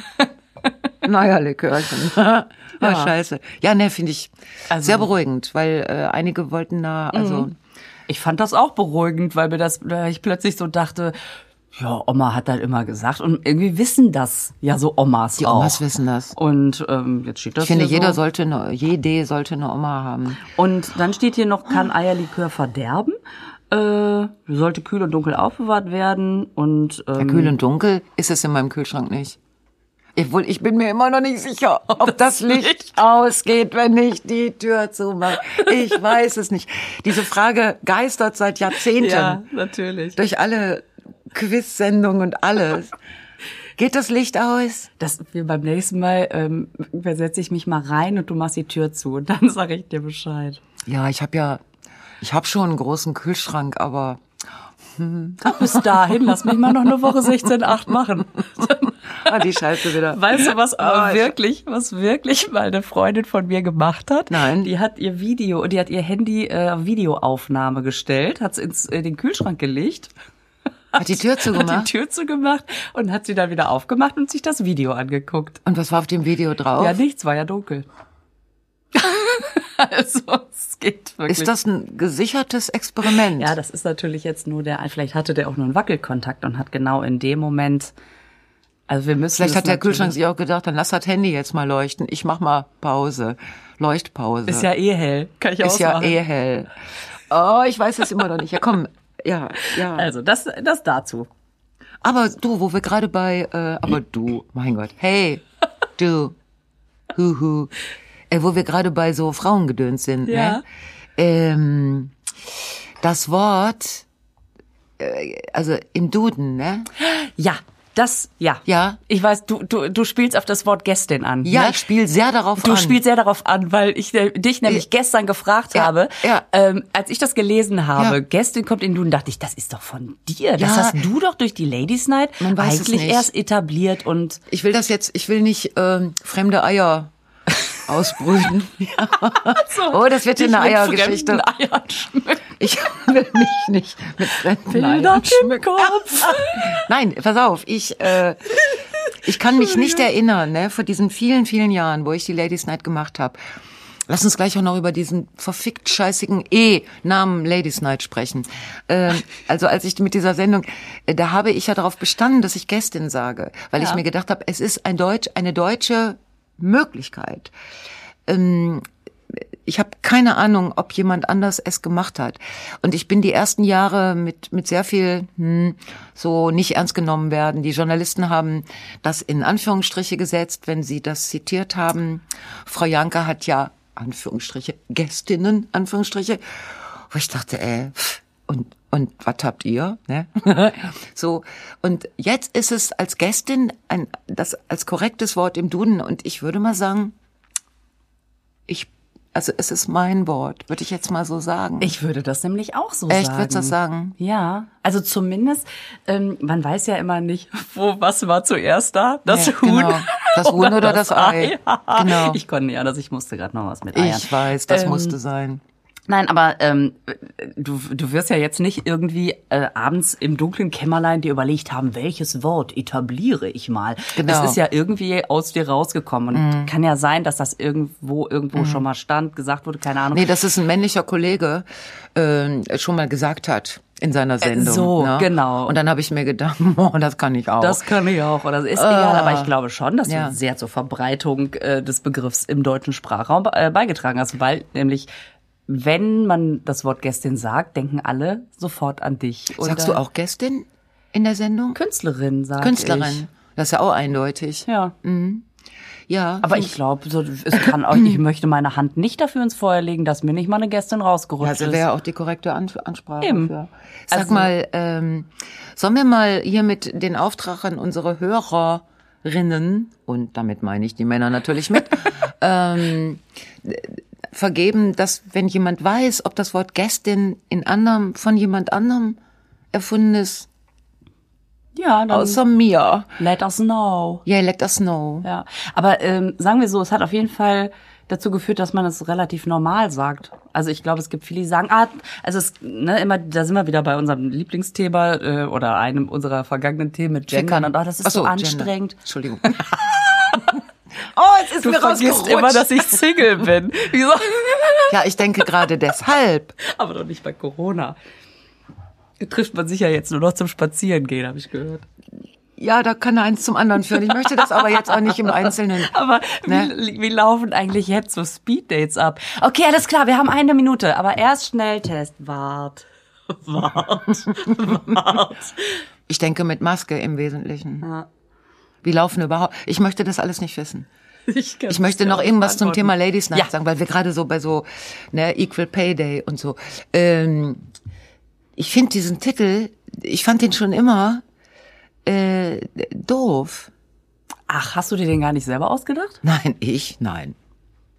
ein Eierlikörchen. ja. scheiße. Ja, ne, finde ich Also- Mhm. sehr beruhigend, weil äh, einige wollten da, also ich fand das auch beruhigend, weil mir das, weil ich plötzlich so dachte, ja, Oma hat halt immer gesagt und irgendwie wissen das ja so Omas Die auch. Omas wissen das. Und ähm, jetzt steht das Ich finde, hier jeder so. sollte eine, jede sollte eine Oma haben. Und dann steht hier noch, kann Eierlikör verderben? Äh, sollte kühl und dunkel aufbewahrt werden und ähm, Ja, kühl und dunkel ist es in meinem Kühlschrank nicht. Obwohl, ich bin mir immer noch nicht sicher, ob das Licht ausgeht, wenn ich die Tür zumache. Ich weiß es nicht. Diese Frage geistert seit Jahrzehnten ja, natürlich. durch alle Quiz-Sendungen und alles. Geht das Licht aus? Das, wir beim nächsten Mal ähm, versetze ich mich mal rein und du machst die Tür zu und dann sage ich dir Bescheid. Ja, ich habe ja, ich habe schon einen großen Kühlschrank, aber Bis dahin, lass mich mal noch eine Woche 16,8 machen. ah, die Scheiße wieder. Weißt du, was aber Ah, wirklich, was wirklich meine Freundin von mir gemacht hat? Nein. Die hat ihr Video, die hat ihr Handy äh, Videoaufnahme gestellt, hat es ins äh, den Kühlschrank gelegt, Hat die Tür hat zugemacht? die Tür zugemacht und hat sie dann wieder aufgemacht und sich das Video angeguckt. Und was war auf dem Video drauf? Ja, nichts, war ja dunkel. also, es geht wirklich. ist das ein gesichertes Experiment? Ja, das ist natürlich jetzt nur der, vielleicht hatte der auch nur einen Wackelkontakt und hat genau in dem Moment, also wir müssen. Vielleicht das hat der natürlich- Kühlschrank sich auch gedacht, dann lass das Handy jetzt mal leuchten. Ich mach mal Pause. Leuchtpause. Ist ja eh hell, kann ich Ist ja ausmachen. eh hell. Oh, ich weiß es immer noch nicht. Ja, komm. Ja, ja. Also, das, das dazu. Aber du, wo wir gerade bei, äh, aber du, mein Gott. Hey, du. Huhu. Äh, wo wir gerade bei so Frauengedöns sind, Ja. ne? Ähm, das Wort, äh, also im Duden, ne? Ja, das, ja. Ja. Ich weiß, du, du, du spielst auf das Wort gestern an. Ja, ne? ich spiele sehr darauf Du an. spielst sehr darauf an, weil ich äh, dich nämlich gestern gefragt Ja, habe, ja. Ähm, als ich das gelesen habe, Ja. gestern kommt in Duden, dachte ich, das ist doch von dir. Das Ja. hast du doch durch die Ladies Night Man weiß es eigentlich nicht. erst etabliert und Ich will das jetzt, ich will nicht ähm, fremde Eier ausbrüten. ja. oh, das wird ja Dich eine mit Eiergeschichte. fremden Eiern schmücken. Ich will mich nicht mit fremden Bilder Eiern im schmücken. Kopf. Nein, pass auf, ich, äh, ich kann mich nicht erinnern, ne, vor diesen vielen, vielen Jahren, wo ich die Ladies Night gemacht habe. Lass uns gleich auch noch über diesen verfickt scheißigen E-Namen Ladies Night sprechen. Ähm, also als ich mit dieser Sendung, äh, da habe ich ja darauf bestanden, dass ich Gästin sage, weil ich Ja. mir gedacht habe, es ist ein Deutsch, eine deutsche Möglichkeit. Ähm, ich habe keine Ahnung, ob jemand anders es gemacht hat. Und ich bin die ersten Jahre mit, mit sehr viel hm, so nicht ernst genommen werden. Die Journalisten haben das in Anführungsstriche gesetzt, wenn sie das zitiert haben. Frau Janke hat ja Anführungsstriche, Gästinnen, Anführungsstriche. Wo ich dachte, ey, pff, und, und was habt ihr? Ne? so, und jetzt ist es als Gästin ein, das als korrektes Wort im Duden. Und ich würde mal sagen, ich, also es ist mein Wort, würde ich jetzt mal so sagen. Ich würde das nämlich auch so sagen. Echt, würdest du das sagen? Ja, also zumindest, ähm, man weiß ja immer nicht, wo was war zuerst da, das Ja, Huhn. Ah, genau. Das Huhn oder das Ei. Ja. Genau. Ah, Ich konnte ja, dass ich musste gerade noch was mit Eiern. Ich weiß, das Ähm, musste sein. Nein, aber ähm, du, du wirst ja jetzt nicht irgendwie äh, abends im dunklen Kämmerlein dir überlegt haben, welches Wort etabliere ich mal. Genau. Mhm. Es ist ja irgendwie aus dir rausgekommen. Und kann ja sein, dass das irgendwo irgendwo schon mal stand, gesagt wurde, keine Ahnung. Nee, dass es ein männlicher Kollege äh, schon mal gesagt hat in seiner Sendung. Äh, so, ne? genau. Und dann habe ich mir gedacht, oh, das kann ich auch. Ah. Das kann ich auch. Oder es ist egal, aber ich glaube schon, dass Ja. du sehr zur Verbreitung äh, des Begriffs im deutschen Sprachraum äh, beigetragen hast, weil nämlich wenn man das Wort Gästin sagt, denken alle sofort an dich. Sagst Oder du auch Gästin in der Sendung? Künstlerin sagt Künstlerin. Mhm. Das ist ja auch eindeutig. Ich. Ja, Ja. aber ich glaube, so, es kann auch. Ich möchte meine Hand nicht dafür ins Feuer legen, dass mir nicht mal eine Gästin rausgerutscht Also ist. wäre auch die korrekte An Ansprache. Eben. Für. Sag Also- mal, ähm, sollen wir mal hier mit den Auftrag an unsere Hörerinnen, und damit meine ich die Männer natürlich mit, ähm, d- vergeben, dass wenn jemand weiß, ob das Wort Gästin in anderem, von jemand anderem erfunden ist, ja, dann außer mir, let us know. yeah, let us know. Ja, aber ähm, sagen wir so, es hat auf jeden Fall dazu geführt, dass man es relativ normal sagt. Also ich glaube, es gibt viele, die sagen, ah, also es, ne, immer, da sind wir wieder bei unserem Lieblingsthema äh, oder einem unserer vergangenen Themen mit Gendern und ah, das ist Ach so, Gender. anstrengend. Entschuldigung. Oh, jetzt ist Du mir vergisst rausgerutscht. immer, dass ich Single bin. Wieso? ja, ich denke gerade deshalb. Aber doch nicht bei Corona. Trifft man sich ja jetzt nur noch zum Spazierengehen, habe ich gehört. Ja, da kann eins zum anderen führen. Ich möchte das aber jetzt auch nicht im Einzelnen. Aber Ne? wie, wie laufen eigentlich jetzt so Speeddates ab? Okay, alles klar, wir haben eine Minute, aber erst Schnelltest. Wart. Wart. Wart. Ich denke mit Maske im Wesentlichen. Ja. Wie laufen überhaupt? Ich möchte das alles nicht wissen. kann's Ich möchte dir noch auch irgendwas zum beantworten. Thema Ladies Night Ja. sagen, weil wir gerade so bei so ne, Equal Pay Day und so. Ähm, ich finde diesen Titel, ich fand den schon immer äh, doof. Ach, hast du dir den gar nicht selber ausgedacht? Nein, ich? Nein.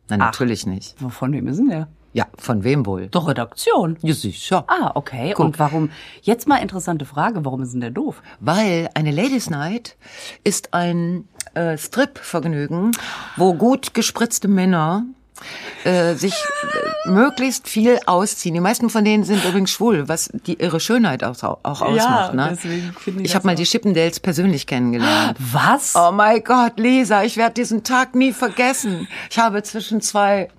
Nein, natürlich nicht. Wovon wem ist denn der? Ja, von wem wohl? Doch, Redaktion. Ja, sicher. Ah, okay. Und warum? Jetzt mal interessante Frage, warum ist denn der doof? Weil eine Ladies Night ist ein äh, Strip-Vergnügen, wo gut gespritzte Männer äh, sich äh, möglichst viel ausziehen. Die meisten von denen sind übrigens schwul, was die ihre Schönheit auch, auch ausmacht. Ne? deswegen finde ich Ich habe das mal auch- die Chippendales persönlich kennengelernt. Was? Oh mein Gott, Lisa, ich werde diesen Tag nie vergessen. Ich habe zwischen zwei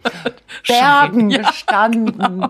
Bergen gestanden, genau.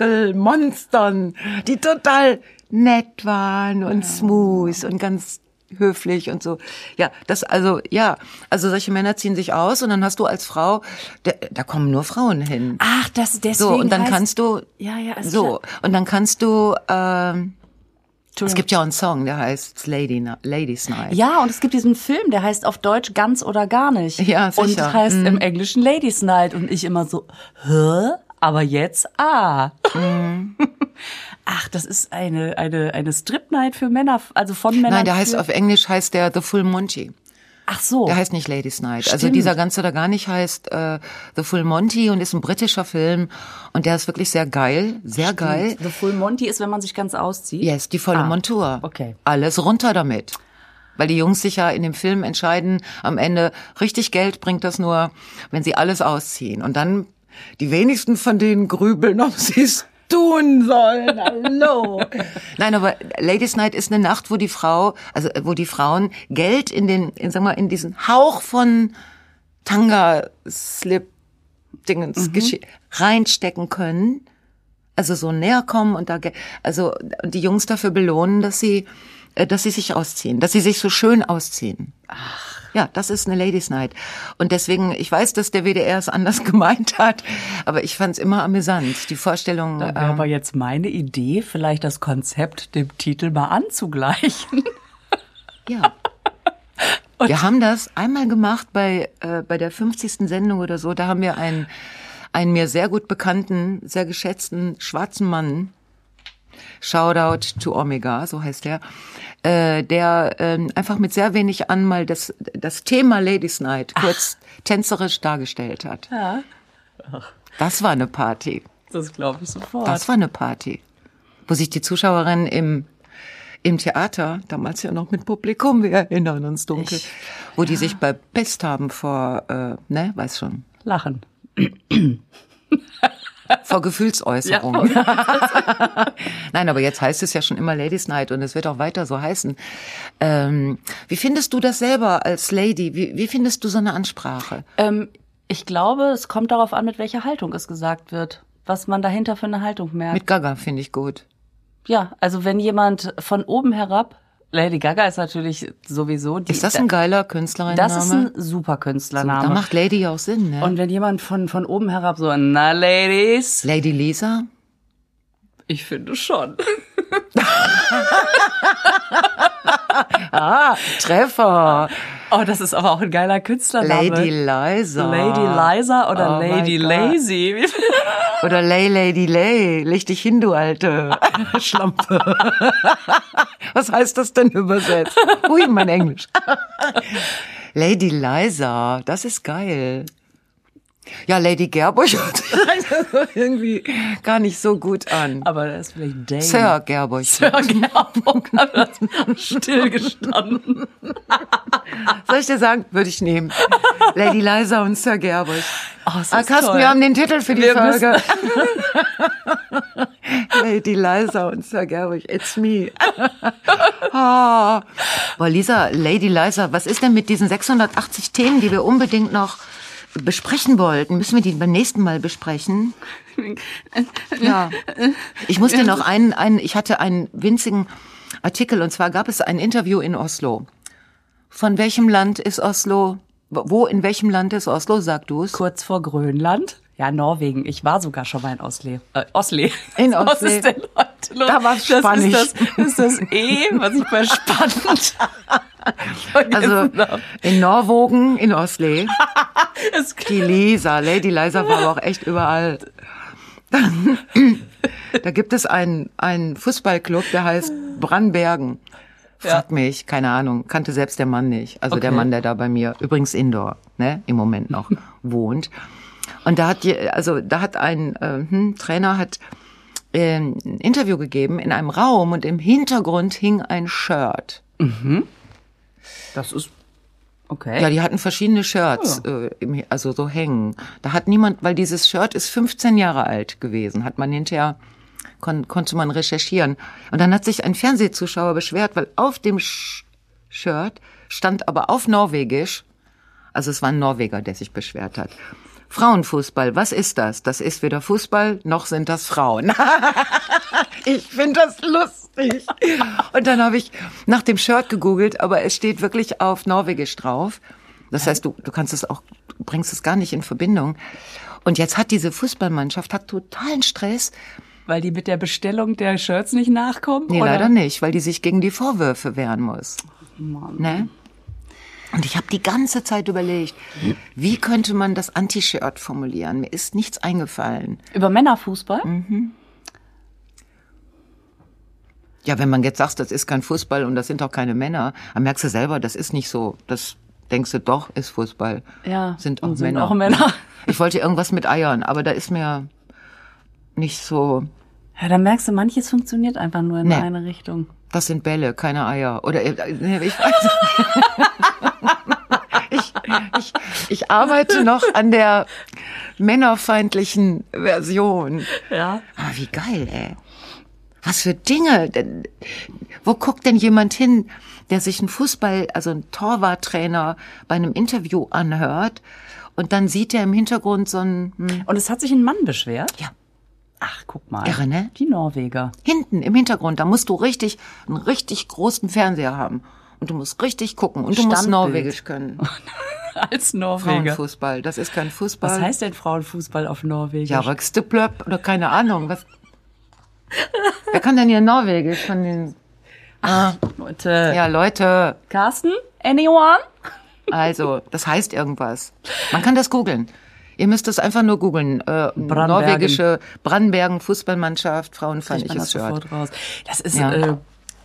Muskelmonstern, die total nett waren und smooth und ganz höflich und so. Ja, das also ja, also solche Männer ziehen sich aus und dann hast du als Frau, da, da kommen nur Frauen hin. Ach, das Ah, deswegen So und dann heißt- kannst du Ja, ja, also ist so klar. und dann kannst du ähm, es Entschuldigung. gibt ja auch einen Song, der heißt Lady Na- Ladies Night. Ja, und es gibt diesen Film, der heißt auf Deutsch ganz oder gar nicht. Ja, sicher. Mhm. Und heißt im Englischen Ladies Night. Und ich immer so, hä? Aber jetzt ah. Mhm. Ach, das ist eine, eine, eine Strip Night für Männer, also von Männern. Nein, der heißt für, auf Englisch heißt der The Full Monty. Ach so. Der heißt nicht Ladies Night. Also Stimmt. dieser ganze oder gar nicht heißt äh, The Full Monty und ist ein britischer Film und der ist wirklich sehr geil, sehr geil. Mhm. The Full Monty ist, wenn man sich ganz auszieht. Yes, die volle Ah, Montur. okay. Alles runter damit. Weil die Jungs sich ja in dem Film entscheiden, am Ende richtig Geld bringt das nur, wenn sie alles ausziehen. Und dann die wenigsten von denen grübeln, ob sie es tun sollen. Hallo. Nein, aber Ladies Night ist eine Nacht, wo die Frau, also äh, wo die Frauen Geld in den, in, sag mal, in diesen Hauch von Tanga Slip Dingens gesche- reinstecken können also so näher kommen und da ge- also und die Jungs dafür belohnen, dass sie äh, dass sie sich ausziehen, dass sie sich so schön ausziehen. Ach. Ja, das ist eine Ladies Night und deswegen ich weiß, dass der WDR es anders gemeint hat, aber ich fand es immer amüsant, die Vorstellung Wäre Äh, aber jetzt meine Idee, vielleicht das Konzept dem Titel mal anzugleichen. Ja. wir haben das einmal gemacht bei, äh, bei der 50. Sendung oder so. Da haben wir einen, einen mir sehr gut bekannten, sehr geschätzten schwarzen Mann. Shoutout to Omega, so heißt er, äh, der ähm, einfach mit sehr wenig Anmal das, das Thema Ladies Night kurz tänzerisch dargestellt hat. Ja. Das war eine Party. Das glaube ich sofort. Das war eine Party, wo sich die Zuschauerinnen im im Theater, damals ja noch mit Publikum, wir erinnern uns dunkel, wo die sich bepisst haben vor, äh, ne, weiß schon, Lachen. vor Gefühlsäußerung. Nein, aber jetzt heißt es ja schon immer Ladies Night und es wird auch weiter so heißen. Ähm, wie findest du das selber als Lady? Wie, wie findest du so eine Ansprache? Ähm, ich glaube, es kommt darauf an, mit welcher Haltung es gesagt wird. Was man dahinter für eine Haltung merkt. Mit Gaga finde ich gut. ja, also wenn jemand von oben herab, Lady Gaga ist natürlich sowieso die. Ist das ein geiler Künstlerinnenname? Das ist ein super Da Künstlername. macht Lady ja auch Sinn, ne? Und wenn jemand von, von oben herab so, na Ladies, Lady Lisa? ich finde schon. Ah, Treffer! Oh, das ist aber auch ein geiler Künstlername. Lady Liza. Lady Liza oder Oh Lady mein Gott. Lazy. Oder Lay Lady Lay. Leg dich hin, du alte Schlampe. Was heißt das denn übersetzt? Ui, mein Englisch. Lady Liza, das ist geil. Ja, Lady Gerburg hört sich irgendwie gar nicht so gut an. aber das ist vielleicht Dane. Sir Gerburg. Sir Gerburg hat stillgestanden. Soll ich dir sagen? Würde ich nehmen. Lady Liza und Sir Gerburg. Oh, das Ah, ist Carsten, toll. wir haben den Titel für die Wir Folge. Lady Liza und Sir Gerwig, it's me. Ah. Boah, Lisa, Lady Liza, was ist denn mit diesen 680 Themen, die wir unbedingt noch besprechen wollten? Müssen wir die beim nächsten Mal besprechen? Ja. Ich muss dir noch einen, einen, ich hatte einen winzigen Artikel und zwar gab es ein Interview in Oslo. Von welchem Land ist Oslo? Wo in welchem Land ist Oslo, sag du es? Kurz vor Grönland. Ja, Norwegen. Ich war sogar schon mal in Osle. Äh, Osle. In Was Osle. ist denn heute los? Da war's Spanisch. Das ist das, ist das E, was ich bei spannend Also vergessen habe. in Norwogen, in Oslo. Es Die Lisa, Lady Liza war aber auch echt überall. da gibt es einen, einen Fußballclub, der heißt Brandbergen. Frag mich, keine Ahnung, kannte selbst der Mann nicht. Also der Okay. Mann, der da bei mir, übrigens Indoor, ne, im Moment noch wohnt. Und da hat, je- also da hat ein äh, hm, Trainer hat äh, ein Interview gegeben in einem Raum und im Hintergrund hing ein Shirt. Das ist okay. Ja, die hatten verschiedene Shirts, äh, im, also so hängen. Da hat niemand, weil dieses Shirt ist 15 Jahre alt gewesen, hat man hinterher, kon, konnte man recherchieren. Und dann hat sich ein Fernsehzuschauer beschwert, weil auf dem Sch Shirt stand aber auf Norwegisch, also es war ein Norweger, der sich beschwert hat. Frauenfußball, was ist das? Das ist weder Fußball, noch sind das Frauen. Ich finde das lustig. Und dann habe ich nach dem Shirt gegoogelt, aber es steht wirklich auf Norwegisch drauf. Das heißt, du, du kannst es auch, du bringst es gar nicht in Verbindung. Und jetzt hat diese Fußballmannschaft hat totalen Stress. Weil die mit der Bestellung der Shirts nicht nachkommen? Nee, oder? leider nicht, weil die sich gegen die Vorwürfe wehren muss. Mann. Ne? Und ich habe die ganze Zeit überlegt, wie könnte man das Anti-Shirt formulieren? Mir ist nichts eingefallen. Über Männerfußball? Mhm. Ja, wenn man jetzt sagt, das ist kein Fußball und das sind auch keine Männer, dann merkst du selber, das ist nicht so. Das denkst du doch, ist Fußball. Ja, Sind auch und sind Männer. auch Männer. Ich wollte irgendwas mit Eiern, aber da ist mir nicht so, Ja, da merkst du, manches funktioniert einfach nur in Nee. eine Richtung. das sind Bälle, keine Eier. Oder äh, nee, ich weiß. ich, ich, ich arbeite noch an der männerfeindlichen Version. Ja. Ah, wie geil, ey. Was für Dinge. Denn, wo guckt denn jemand hin, der sich einen Fußball, also einen Torwarttrainer bei einem Interview anhört und dann sieht er im Hintergrund so einen, hm, Und es hat sich ein Mann beschwert? Ja. Ach, guck mal. Irre, ne? Die Norweger. hinten im Hintergrund, da musst du richtig, einen richtig großen Fernseher haben. Und du musst richtig gucken. Und du musst Standbild. Norwegisch können. Als Norweger. Frauenfußball, das ist kein Fußball. Was heißt denn Frauenfußball auf Norwegisch? Ja, rückste Plöpp oder keine Ahnung. Was? Wer kann denn hier Norwegisch von den... Leute. Ja, Leute... Carsten? Anyone? Also, das heißt irgendwas. Man kann das googeln. Ihr müsst das einfach nur googeln. Äh, norwegische Brandenbergen Fußballmannschaft, Ich das frauenfeindliches Shirt. sofort raus. Das ist, Ja. äh,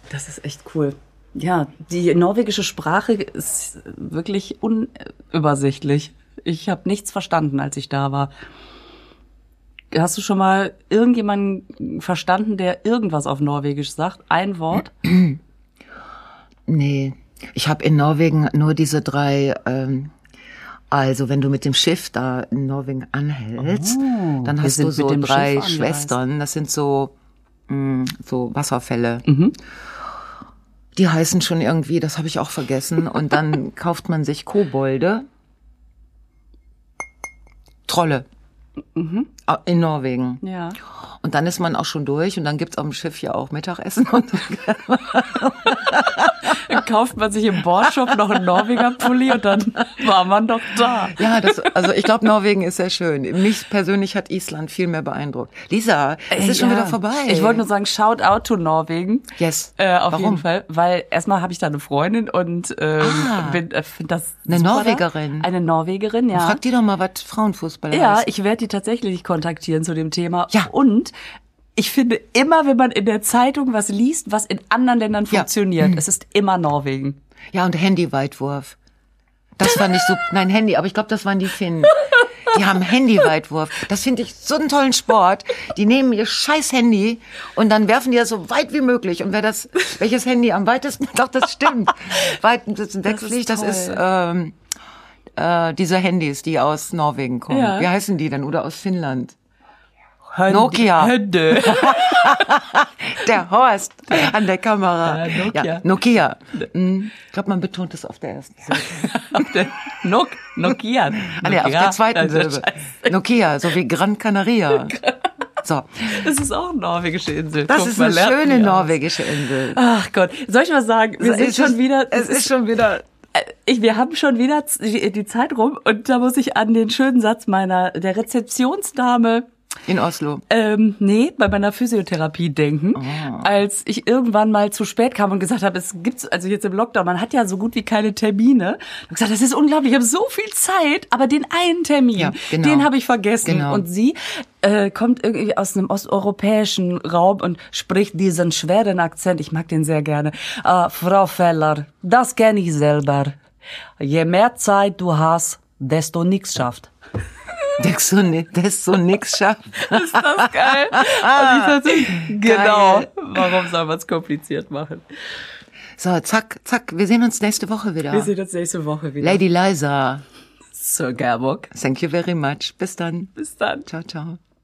das ist echt cool. Ja, die norwegische Sprache ist wirklich unübersichtlich. Ich habe nichts verstanden, als ich da war. Hast du schon mal irgendjemanden verstanden, der irgendwas auf Norwegisch sagt? Ein Wort? Nee, ich habe in Norwegen nur diese drei. Ähm, also, wenn du mit dem Schiff da in Norwegen anhältst, dann Oh, wir hast sind du mit so dem drei Schiff angereist. Schwestern. Das sind so mh, so Wasserfälle. Mhm. Die heißen schon irgendwie, das habe ich auch vergessen. Und dann kauft man sich Kobolde. Trolle. Mhm. Ah, In Norwegen. Ja. Und dann ist man auch schon durch und dann gibt's auf dem Schiff ja auch Mittagessen. Und Dann kauft man sich im Boardshop noch einen Norweger Pulli und dann war man doch da. ja, das, also ich glaube, Norwegen ist sehr schön. Mich persönlich hat Island viel mehr beeindruckt. Lisa, es ist schon Äh, Ja. wieder vorbei. Ich wollte nur sagen, shout out to Norwegen. Yes. Äh, auf Warum? jeden Fall, weil erstmal habe ich da eine Freundin und ähm, Ah. bin, äh, find das Eine super Norwegerin. Da. Eine Norwegerin, ja. Frag die doch mal, was Frauenfußball ja, heißt. ich werde die tatsächlich kontaktieren zu dem Thema. Ja. Und ich finde immer, wenn man in der Zeitung was liest, was in anderen Ländern Ja. Mhm. funktioniert, es ist immer Norwegen. Ja, und Handyweitwurf. Das fand ich so, nein, Handy, aber ich glaube, das waren die Finnen. Die haben Handyweitwurf. Das finde ich so einen tollen Sport. Die nehmen ihr scheiß Handy und dann werfen die das so weit wie möglich. Und wer das, welches Handy am weitesten, doch, das stimmt. Weit, das wechsle ich, das toll. ist, ähm, äh, diese Handys, die aus Norwegen kommen. Ja. Wie heißen die denn? Oder aus Finnland? Hönde. Nokia. Hönde. Der Horst an der Kamera. Ja, Nokia. Nokia. Mhm. Ich glaube, man betont es auf der ersten Silbe. auf der Nok Nokia. Also, Ah, nee, auf der zweiten Silbe. Nokia, so wie Gran Canaria. So, Das ist auch eine norwegische Insel. das Guck ist mal, eine lernt schöne man ja. norwegische Insel. Ach Gott, soll ich was sagen? Wir Es sind ist- schon wieder. es ist schon wieder. Äh, Ich, wir haben schon wieder z- die die Zeit rum und da muss ich an den schönen Satz meiner der Rezeptionsdame In Oslo. ähm, nee, bei meiner Physiotherapie denken, Ah. als ich irgendwann mal zu spät kam und gesagt habe, es gibt's also jetzt im Lockdown, man hat ja so gut wie keine Termine. Ich gesagt, das ist unglaublich, ich habe so viel Zeit, aber den einen Termin, Ja, genau. den habe ich vergessen. Genau. Und sie äh, kommt irgendwie aus einem osteuropäischen Raum und spricht diesen schweren Akzent. Ich mag den sehr gerne. Äh, Frau Feller, das kenne ich selber. Je mehr Zeit du hast, desto nix schafft. Das so, ni- das so nix schafft. Ist das geil? Und ich dachte, genau. Geil. Warum soll man es kompliziert machen? So, zack, zack. Wir sehen uns nächste Woche wieder. Wir sehen uns nächste Woche wieder. Lady Liza. Sir Gerbock. Thank you very much. Bis dann. Bis dann. Ciao, ciao.